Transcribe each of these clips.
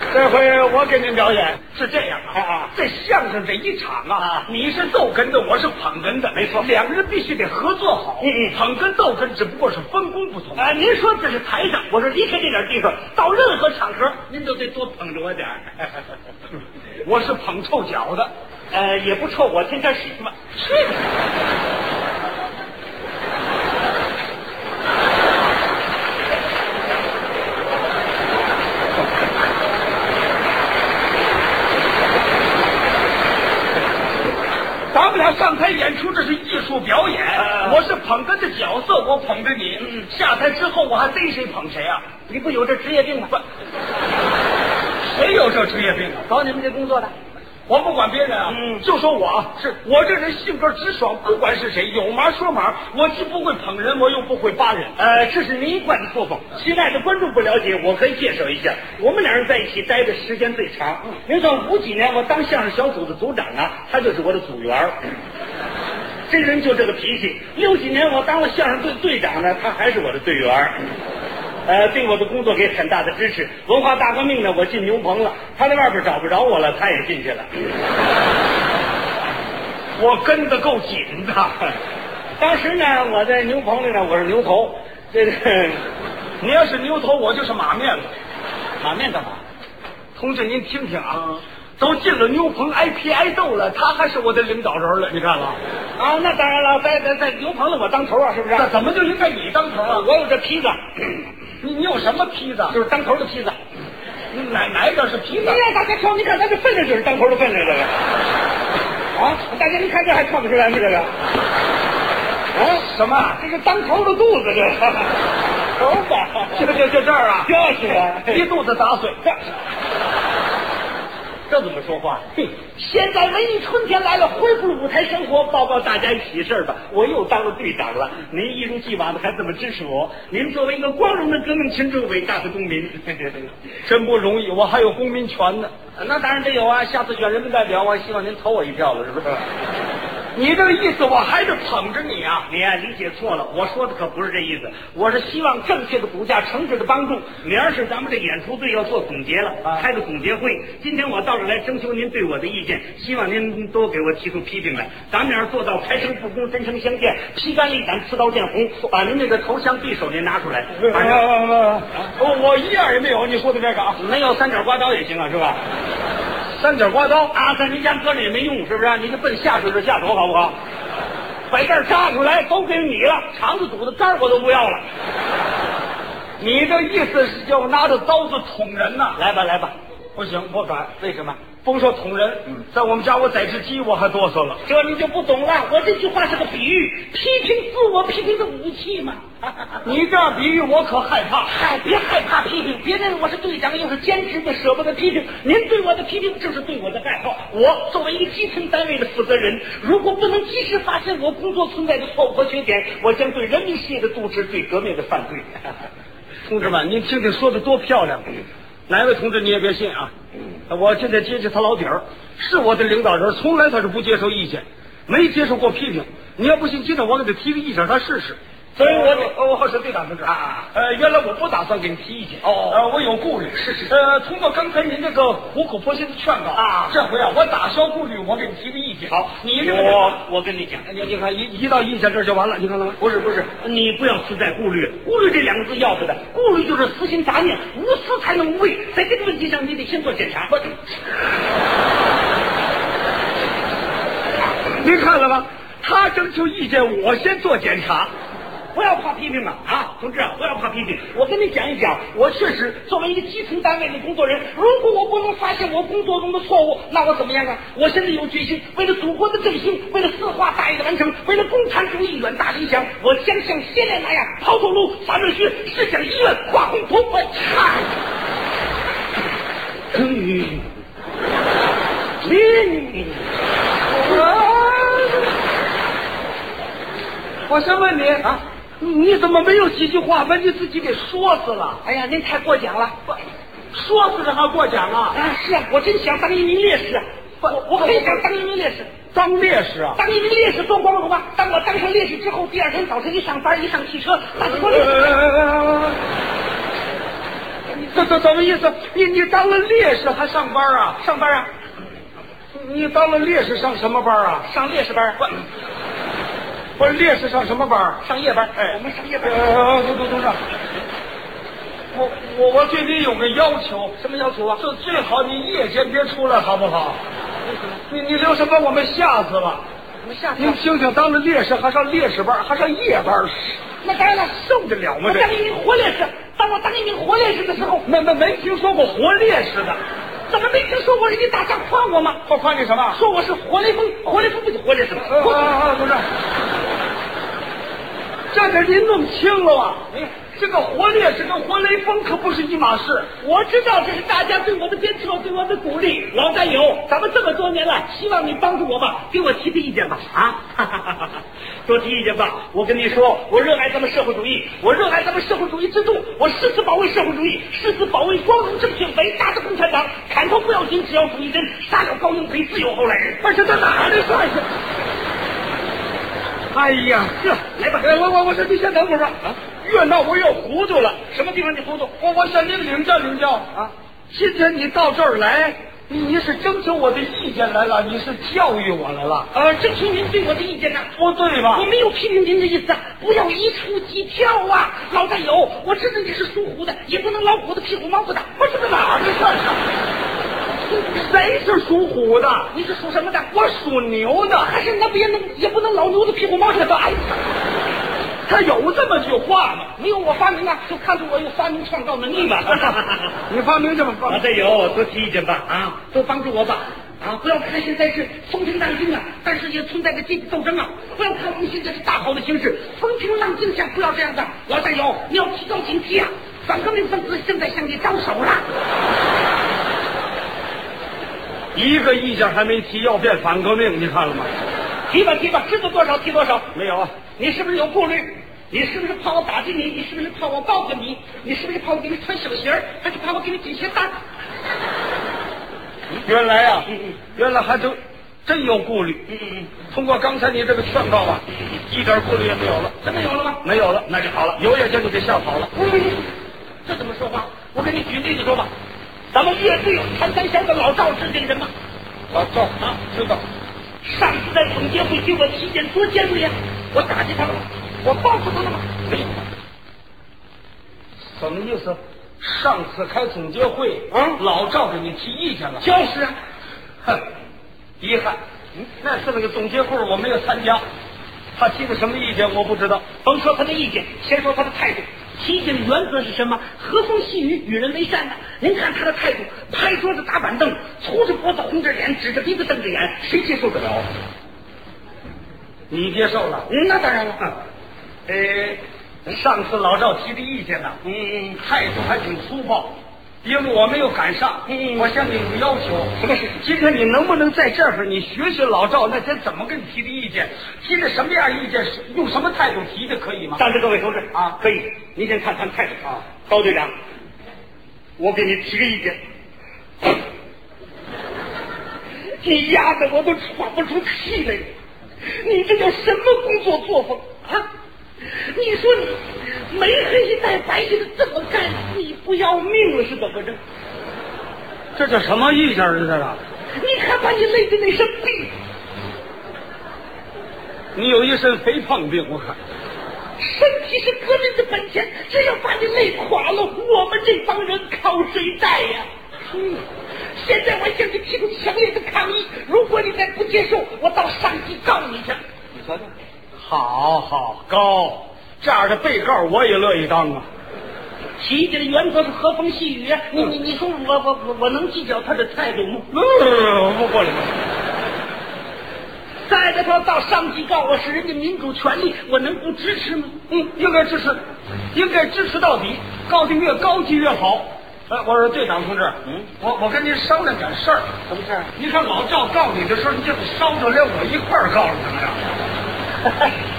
这回我给您表演，是这样啊，啊啊这相声这一场啊，啊你是逗哏的，我是捧哏的，没错两个人必须得合作好。嗯嗯捧哏逗哏只不过是分工不同。啊，您说这是台上，我说离开这点地方，到任何场合，您都得多捧着我点儿。 我是捧臭脚的，啊呃，也不臭，我天天洗嘛。咱们俩上台演出，这是艺术表演。啊嗯我是捧哏的角色，我捧着你。下台之后，我还逮谁捧谁啊？你不有这职业病吗？谁有这职业病啊？搞你们这工作的，我不管别人啊，嗯就说我啊，是我这人性格直爽，不管是谁，有嘛说嘛。我既不会捧人，我又不会扒人。嗯呃，这是您一贯的作风。亲爱的观众不了解，我可以介绍一下，我们两人在一起待的时间最长。嗯您看，五几年我当相声小组的组长啊，他就是我的组 员儿。这人就这个脾气。六几年我当了相声队队长呢，他还是我的队员儿。呃，对我的工作给很大的支持。文化大革命呢，我进牛棚了，他在外边找不着我了，他也进去了。我跟的够紧的，当时呢，我在牛棚里呢，我是牛头，这个你要是牛头，我就是马面子。马面干嘛？同志，您听听啊，都进了牛棚挨批挨斗了，他还是我的领导人了，你看了？啊，那当然了，在在在牛棚子我当头啊，是不是？那怎么就应该你当头啊？我有这坯子，你你有什么批子？就是当头的坯子。你哪哪一个是批你子？让大家瞧，你看咱这分量就是当头的分量，这个。啊，大家您看这还看不出来吗？这个。啊，什么？这是当头的肚子，这个。头发， 就就就这儿啊，就是啊。一肚子打水。这这怎么说话？嘿，现在文艺春天来了，恢复了舞台生活，报告大家一喜事儿吧！我又当了队长了，您一如既往的还这么支持我，您作为一个光荣的革命群众、伟大的公民，真不容易，我还有公民权呢。那当然得有啊！下次选人民代表，我希望您投我一票了，是不是？你这个意思，我还得捧着你啊？你啊，理解错了，我说的可不是这意思，我是希望正确的骨架，诚挚的帮助。明儿是咱们这演出队要做总结了，啊开个总结会。今天我到这儿来征求您对我的意见，希望您多给我提出批评来。咱们俩做到开诚布公，真诚相见，披肝沥胆，刺刀见红。把您那个头香匕首您拿出来，不不不反正不，啊我我一样也没有。你说的这个啊，没有三角刮刀也行啊，是吧？三角刮刀，啊，在您家搁着也没用，是不是、啊？你就奔下水这下头好不好？把这儿扎出来都给你了，肠子肚子肝儿我都不要了。你这意思是要拿着刀子捅人呐、来吧，来吧，不行，不敢。为什么？甭说捅人，在我们家我宰只鸡我还哆嗦了。这你就不懂了。我这句话是个比喻，批评自我批评的武器嘛。 你这样比喻我可害怕。嗨，别害怕批评，别认为我是队长，又是坚持的，舍不得批评。您对我的批评，就是对我的爱好。我作为一个基层单位的负责人，如果不能及时发现我工作存在的错误和缺点，我将对人民事业的渎职，对革命的犯罪。同志们，您听听说的多漂亮！哪位同志你也别信啊！我现在揭揭他老底儿，是我的领导人，从来他是不接受意见，没接受过批评。你要不信，今天我给他提个意见，他试哦试。所以我得得，我是队长同志啊，呃，原来我不打算给你提意见，哦呃，我有顾虑，是是，呃，通过刚才您这个苦口婆心的劝告啊这回啊，我打消顾虑，我给你提个意见。好，你这个我我跟你讲，你你看一一到意见这儿就完了，你看到吗？不是不是，你不要存在顾虑，顾虑这两个字要不得，顾虑就是私心杂念，无私才能无畏。在这个问题上，你得先做检查。不，您看了吗？他征求意见，我先做检查。不要怕批评啊啊，同志啊，不要怕批评。我跟你讲一讲，我确实作为一个基层单位的工作人，如果我不能发现我工作中的错误，那我怎么样啊？我现在有决心，为了祖国的振兴，为了四化大业的完成，为了共产主义远大理想，我将像先烈那样抛头颅、洒热血，驶向医院，跨红头。我嗨。嗯 嗯啊我先问你啊，你怎么没有几句话把你自己给说死了？哎呀，您太过奖了。不说死这还过奖啊？啊，是啊，我真想当一名烈士啊！我我真想当一名烈士，当烈士啊？当一名烈士多光荣啊！当我当上烈士之后，第二天早晨一上班一上汽车，大家说烈士，呃，你怎怎怎么意思？你你当了烈士还上班啊？上班啊，你当了烈士上什么班啊？上烈士班，不不是烈士上什么班？上夜班。哎我们上夜班。呃，董董董事长，我我我对你有个要求，什么要求啊？就最好你夜间别出来，好不好？你你留什么？我们吓死了。我们下次您听听，当了烈士还上烈士班，还上夜班，那当然了，受得了吗？我这当一名活烈士。当我当一名活烈士的时候，没没没听说过活烈士的，哦怎么没听说过人家大家夸我吗？我夸你什么？说我是活雷锋，活雷锋不就活雷锋？啊啊啊！董事长，这给您弄清了啊！这个活烈士跟活雷锋可不是一码事。我知道这是大家对我的鞭策，对我的鼓励。老战友，咱们这么多年了，希望你帮助我吧，给我提提意见吧，啊， 多提意见吧。我跟你说，我热爱咱们社会主义，我热爱咱们社会主义制度，我誓死保卫社会主义，誓死保卫光荣正确伟大的共产党，砍头不要紧，只要主义人，杀了高英培，自有后来人。不是，这哪儿的事儿去？哎呀，这来吧哎我我我说你先等会儿吧。啊，越闹我越糊涂了。什么地方你糊涂？我我向您领教领教啊！今天你到这儿来，你你是征求我的意见来了，你是教育我来了，呃，征求您对我的意见呢、不对吧我？没有批评您的意思，啊不要一触即跳啊，老战友，我知道你是属虎的，也不能老虎的屁股猫子打。不是这哪儿的事儿啊？ 谁是属虎的？你是属什么的？我属牛的。还是那不也能也不能老牛的屁股猫着的。哎呀，他有这么句话吗？没有我发明啊，就看出我有发明创造能力嘛。 你发明这么老发战友，多提意见吧，啊，多帮助我吧，啊，不要看现在是风平浪静啊，但是也存在着阶级斗争啊。不要看我们现在是大好的形势，风平浪静下不要这样的。老战友，你要提高警惕啊！反革命分子正在向你招手了。一个意见还没提，要变反革命，你看了吗？提吧提吧，知道多少提多少。没有啊。你是不是有顾虑？你是不是怕我打击你？你是不是怕我抱着你？你是不是怕我给你穿小鞋儿？还是怕我给你解鞋带？ 原来啊，原来还真真有顾虑。嗯嗯，通过刚才你这个劝告啊，一点顾虑也没有了，真的有了吗？嗯没有了，那就好了。有也将你给吓跑了。不是，这怎么说话？我给你举例子说吧。咱们乐队有谭三祥的老赵是这个人吗？老赵啊，知道。上次在总结会给我提点多尖锐呀！我打击他们了，我报复他们了。没有。什么意思？上次开总结会，啊老赵给你提意见了。就是啊，哼，遗憾，那次那个总结会我没有参加，他提的什么意见我不知道。甭说他的意见，先说他的态度。提醒的原则是什么？和风细雨，与人为善呐、您看他的态度，拍桌子打板凳，粗着脖子红着脸，指着鼻子瞪着眼，谁接受得了？你接受了？嗯，那当然了。呃，上次老赵提的意见呢、嗯，态度还挺粗暴，因为我没有赶上。嗯我向你有个要求，什么事？今天你能不能在这儿你学学老赵那天怎么给你提的意见，提的什么样意见，用什么态度提的，可以吗？但是各位同志啊可以，您先看看态度啊。高队长，我给你提个意见，你压得我都喘不出气来了，你这叫什么工作作风啊？你说你没黑心带白心的这么干，你不要命了是怎么着？这叫什么意见啊？这是？你看把你累的那身病，你有一身肥胖病，我看。身体是革命的本钱，这要把你累垮了，我们这帮人靠谁带呀？嗯，现在我向你提出强烈的抗议，如果你再不接受，我到上级告你去。你瞧瞧，好好高，这样的被告我也乐意当啊。提意见的原则是和风细雨，你你你说我我我我能计较他的态度吗？不嗯不不，再者说到上级告我是人家民主权利，我能不支持吗？嗯，应该支持，应该支持到底，告的越高级越好。哎，我说队长同志，嗯，我我跟您商量点事儿。什么事儿？你看老赵告你的时候，你这烧着连我一块儿告诉他呀。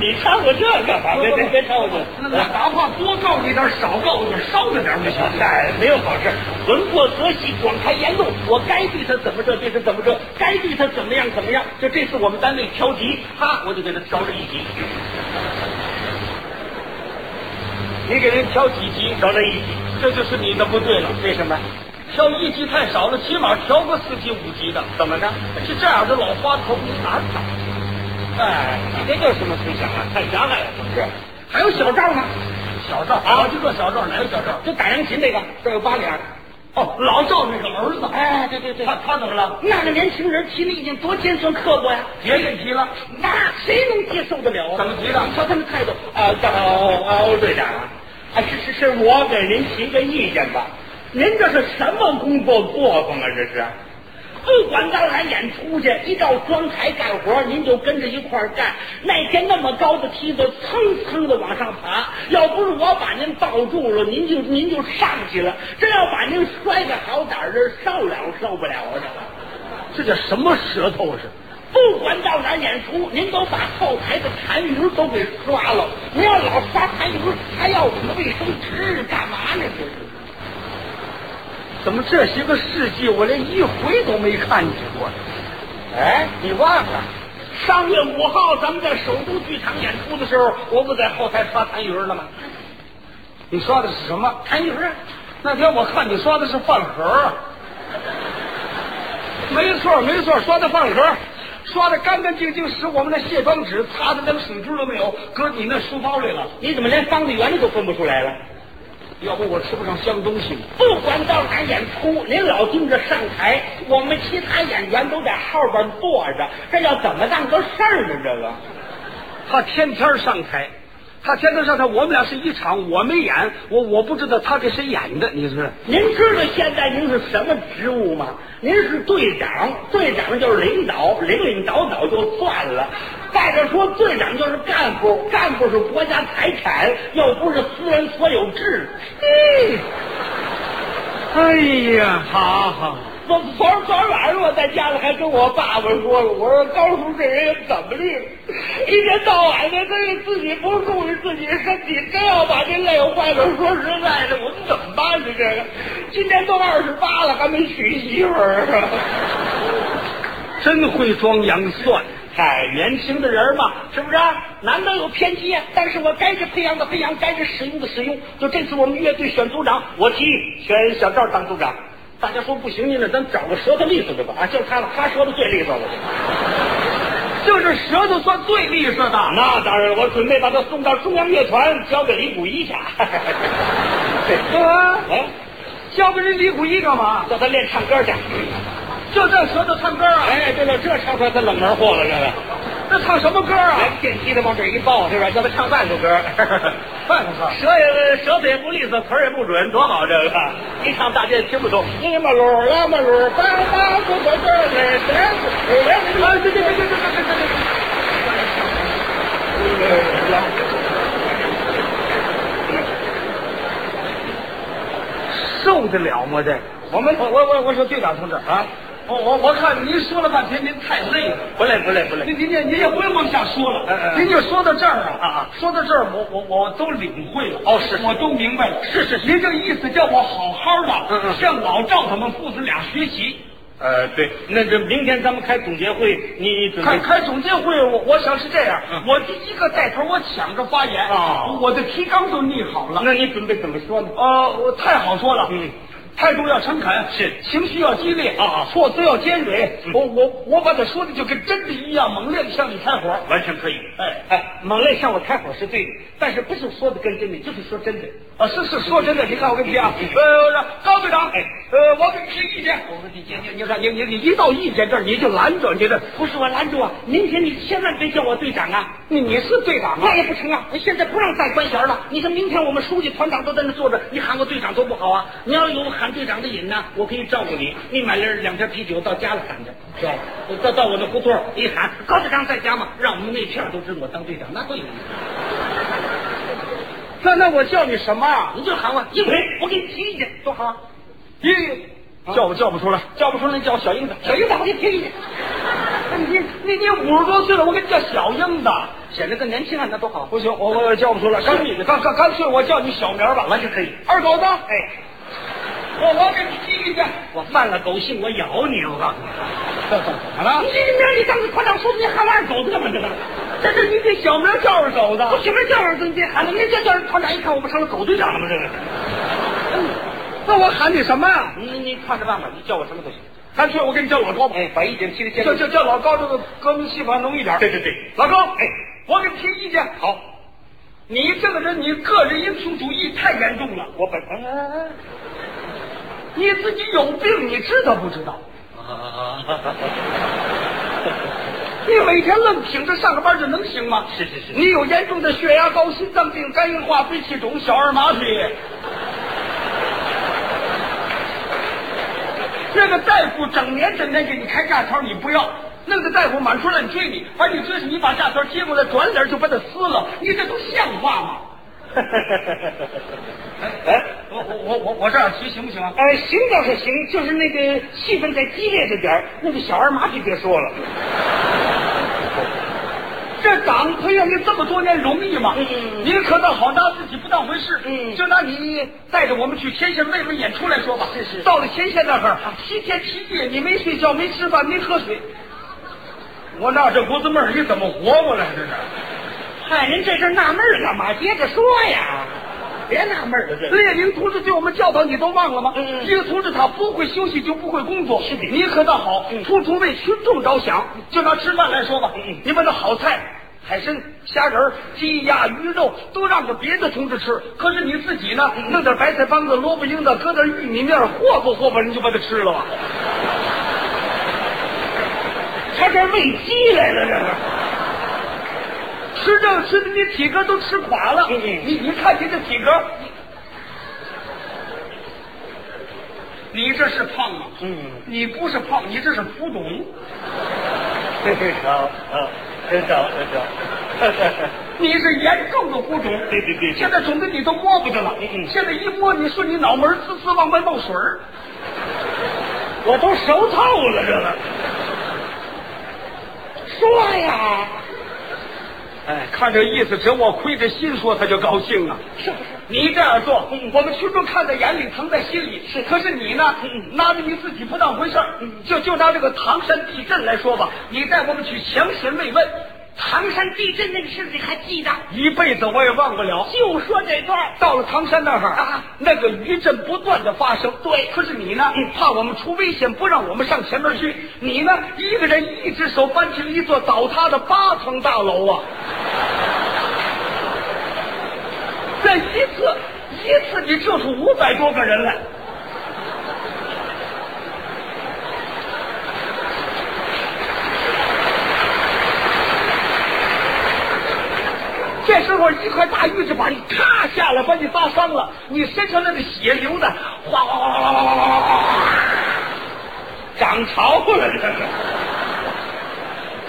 你掺和这干嘛？别别别掺和 那这。哪怕多告你点儿，少告你点儿，烧着点儿不行？哎，没有好事。闻过则喜，广开言动。我该对他怎么着，对他怎么着；该对他怎么样，怎么样。就这次我们单位调级，他我就给他调了一级。你给人挑几级，调到一级，这就是你的不对了。为什么？挑一级太少了，起码调个四级五级的。怎么着？是这样的老花头，你哪找？哎，你这就是什么思想啊？太狭隘了，是不是？还有小赵呢，小赵啊我就说小赵，哪有小赵？就打扬琴那个，这有八两。哦，老赵那个儿子，哎，对对对，他他怎么了？那个年轻人提的意见多尖酸刻薄呀，别给提了，那谁能接受得了啊？怎么提的你瞧他们态度啊，大哦啊，欧队长啊，啊是是是我给您提个意见吧，您这是什么工作作风啊？这是，不管咱俩演出去，一到装台干活，您就跟着一块儿干。那天那么高的梯子，蹭蹭的往上爬，要不是我把您抱住了，您就您就上去了。真要把您摔个好歹儿，这受了受不了啊！这个。这叫什么舌头啊是？不管到哪儿演出，您都把后台的痰盂都给刷了。您要老刷痰盂，还要我们卫生纸干嘛呢？这是。怎么这些个事迹我连一回都没看见过？哎，你忘了？上月五号咱们在首都剧场演出的时候，我不在后台刷痰盂了吗？你刷的是什么？痰盂啊，那天我看你刷的是饭盒。没错，没错，刷的饭盒，刷的干干净净，使我们那卸妆纸擦的连水珠都没有，搁你那书包里了。你怎么连方子圆的都分不出来了？要不我吃不上香东西呢。不管到哪儿演出，您老盯着上台，我们其他演员都在后边坐着，这要怎么当个事儿呢？这个。他天天上台，他天天上台，我们俩是一场，我没演，我我不知道他给谁演的，你是？您知道现在您是什么职务吗？您是队长，队长就是领导，领领导导就算了。再者说，队长就是干部，干部是国家财产，又不是私人所有制。嗯，哎呀，好好，昨昨昨晚上我在家里还跟我爸爸说了，我说高叔这人也怎么的，一天到晚的，他是自己不注意自己身体，真要把这累坏了。说实在的，我们怎么办呢？这个，今年都二十八了，还没娶媳妇儿啊。真会装洋蒜。嗨，哎年轻的人嘛，是不是、难得有偏激啊？但是我该是培养的培养，该是使用的使用。就这次我们乐队选组长，我提议选小赵当组长。大家说不行呢，那咱找个舌头利索的吧？啊，就他了，他说的最利索了。就是舌头算最利索的。那当然，我准备把他送到中央乐团，交给李谷一 去。啊，哎，交给人李谷一干嘛？叫他练唱歌去。就这舌头唱歌啊？哎，对了，这唱出来他冷门货了，这个。那唱什么歌啊？来电梯的往这一抱，是吧？叫他唱半首歌。 半个歌。舌也舌头也不利索，词儿也不准，多好这个！啊一唱大家也听不懂。你嘛噜啦嘛噜，叭叭不不这嘞，哎啊，对对对对对对对对。受得了吗？这我们我我我我说队长同志啊，我我我看您说了半天，您太累了。不累不累不累。您您您您也不用往下说了，嗯嗯您就说到这儿啊，啊啊说到这儿，我我我都领会了，哦是是我都明白了，是是您这意思叫我好好的，嗯嗯向老赵他们父子俩学习。呃，对，那这明天咱们开总结会，你你准开备开总结会，我我想是这样，嗯我第一个带头，我抢着发言哦我的提纲都拟好了，那你准备怎么说呢？呃，我太好说了，嗯。态度要诚恳，是情绪要激烈啊啊措辞要尖锐。嗯我我我把它说的就跟真的一样，猛烈的向你开火。完全可以。哎嗯哎，猛烈向我开火是对的，但是不是说的跟真的，就是说真的。嗯啊，是是，说真的，你看我跟你提啊，呃，高队长，哎呃，我给你提意见，我给你提，你你看你你你一到意见这儿你就拦着，你这不是我拦住啊！明天你千万别叫我队长啊！你你是队长啊那？也不成啊！现在不让带官衔了。你说明天我们书记、团长都在那坐着，你喊我队长多不好啊！你要有喊队长的瘾呢，我可以照顾你。你买了两瓶啤酒到家了喊去，是吧？到到我那胡同儿一喊，高队长在家吗？让我们那片儿都知道我当队长，那多有意思！那那我叫你什么啊？你就喊我英伟，我给你提意见，多好啊！你叫我叫不出来，叫不出来叫我小英子，小英子，我给你提意见，你你你五十多岁了，我给你叫小英子，显得更年轻啊，那多好！不行，我我叫不出来，干脆干干干脆我叫你小名吧，完全可以。二狗子，哎，我我给你提意见，我犯了狗性，我咬你！我告诉你，怎么了你？这名儿你当时夸张说你喊我二狗子干嘛？这当时这是你这小名叫二狗子，我什么叫二狗子？喊的那叫叫人团长一看，我不成了狗队长了吗？这个，那我喊你什么呀？你你看着办吧，你叫我什么都行。干脆我给你叫老高吧，哎，把意见提的叫叫叫老高，这个革命气氛浓一点。对对对，老高，哎，我给你提意见。好，你这个人，你个人英雄主义太严重了，我本嗯你自己有病，你知道不知道？你每天愣挺着上个班，这能行吗？是是是你有严重的血压高、心脏病、肝硬化、肺气肿、小儿麻痹。那个大夫整年整天给你开假条，你不要；那个大夫满处乱追你，而你追着你把假条接过来，转脸就把它撕了，你这都像话吗？ 哎我我我我我这样提行不行啊？哎，行倒是行，就是那个气氛再激烈着点儿那个小儿麻痹别说了。这党培养了这么多年容易吗？嗯嗯嗯你可倒好拿自己不当回事。嗯就拿你带着我们去前线慰问演出来说吧，是是到了前线那儿，七天七夜你没睡觉、没吃饭、没喝水，我纳这股子闷儿，你怎么活过来这是？嗨、您这事儿纳闷儿干嘛？接着说呀，别纳闷儿了，这列宁同志对我们教导，你都忘了吗？嗯嗯一个同志他不会休息就不会工作。是的你可倒好，处处为群众着想。就拿吃饭来说吧，嗯嗯你把那好菜、海参、虾仁儿、鸡鸭鱼肉都让给别的同志吃，可是你自己呢，嗯弄点白菜帮子、萝卜缨子，搁点玉米面儿，和吧和吧，你就把它吃了吧。他这喂鸡来了，这是。吃这个吃的，你体格都吃垮了。嗯嗯你你看你这体格，你你这是胖吗？嗯，你不是胖，你这是浮肿。对，好，好，真好，真好。你是严重的浮肿。对对对对现在肿的你都摸不着了。嗯嗯现在一摸，你顺你脑门儿滋滋往外冒水儿。我都熟透了，这个。说呀，哎，看这意思，只要我亏着心说，他就高兴啊。是不是？你这样做嗯，我们群众看在眼里，疼在心里。是，可是你呢嗯，拿着你自己不当回事儿。就就拿这个唐山地震来说吧，你带我们去强神慰问，唐山地震那个事你还记得？一辈子我也忘不了。就说这段儿。到了唐山那儿啊那个余震不断的发生。对可是你呢？怕我们出危险，不让我们上前面去。你呢？一个人一只手搬起了一座倒塌的八层大楼啊！ 这一次，一次你救出五百多个人来。这时候一块大玉子把你咔下来，把你砸伤了，你身上那个血流的哗哗哗哗哗哗哗哗涨潮了，这是。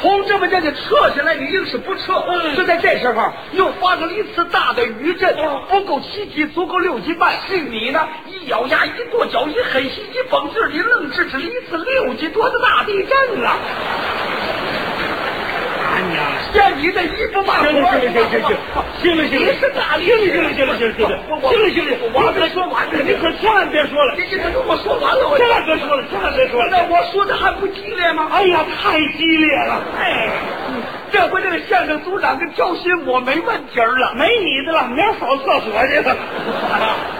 从这么叫你撤下来，你硬是不撤。就在这时候，又发生了一次大的余震，不够七级，足够六级半。是你呢，一咬牙，一跺脚，一狠心，一绷劲儿，你愣制止了一次六级多的大地震了。哎呀，要你这一不骂行不了二行了行了行了行了行了，你是大力行了行了行了行了行了行了行了，我我再说完了，你可千万别说了你，你可跟我说完了，我千万别说了，千万别说了。那我说的还不激烈吗？哎呀，太激烈了，哎，这回这个县政组长跟交心我没问题儿了。 没你的了，明儿扫厕所去了。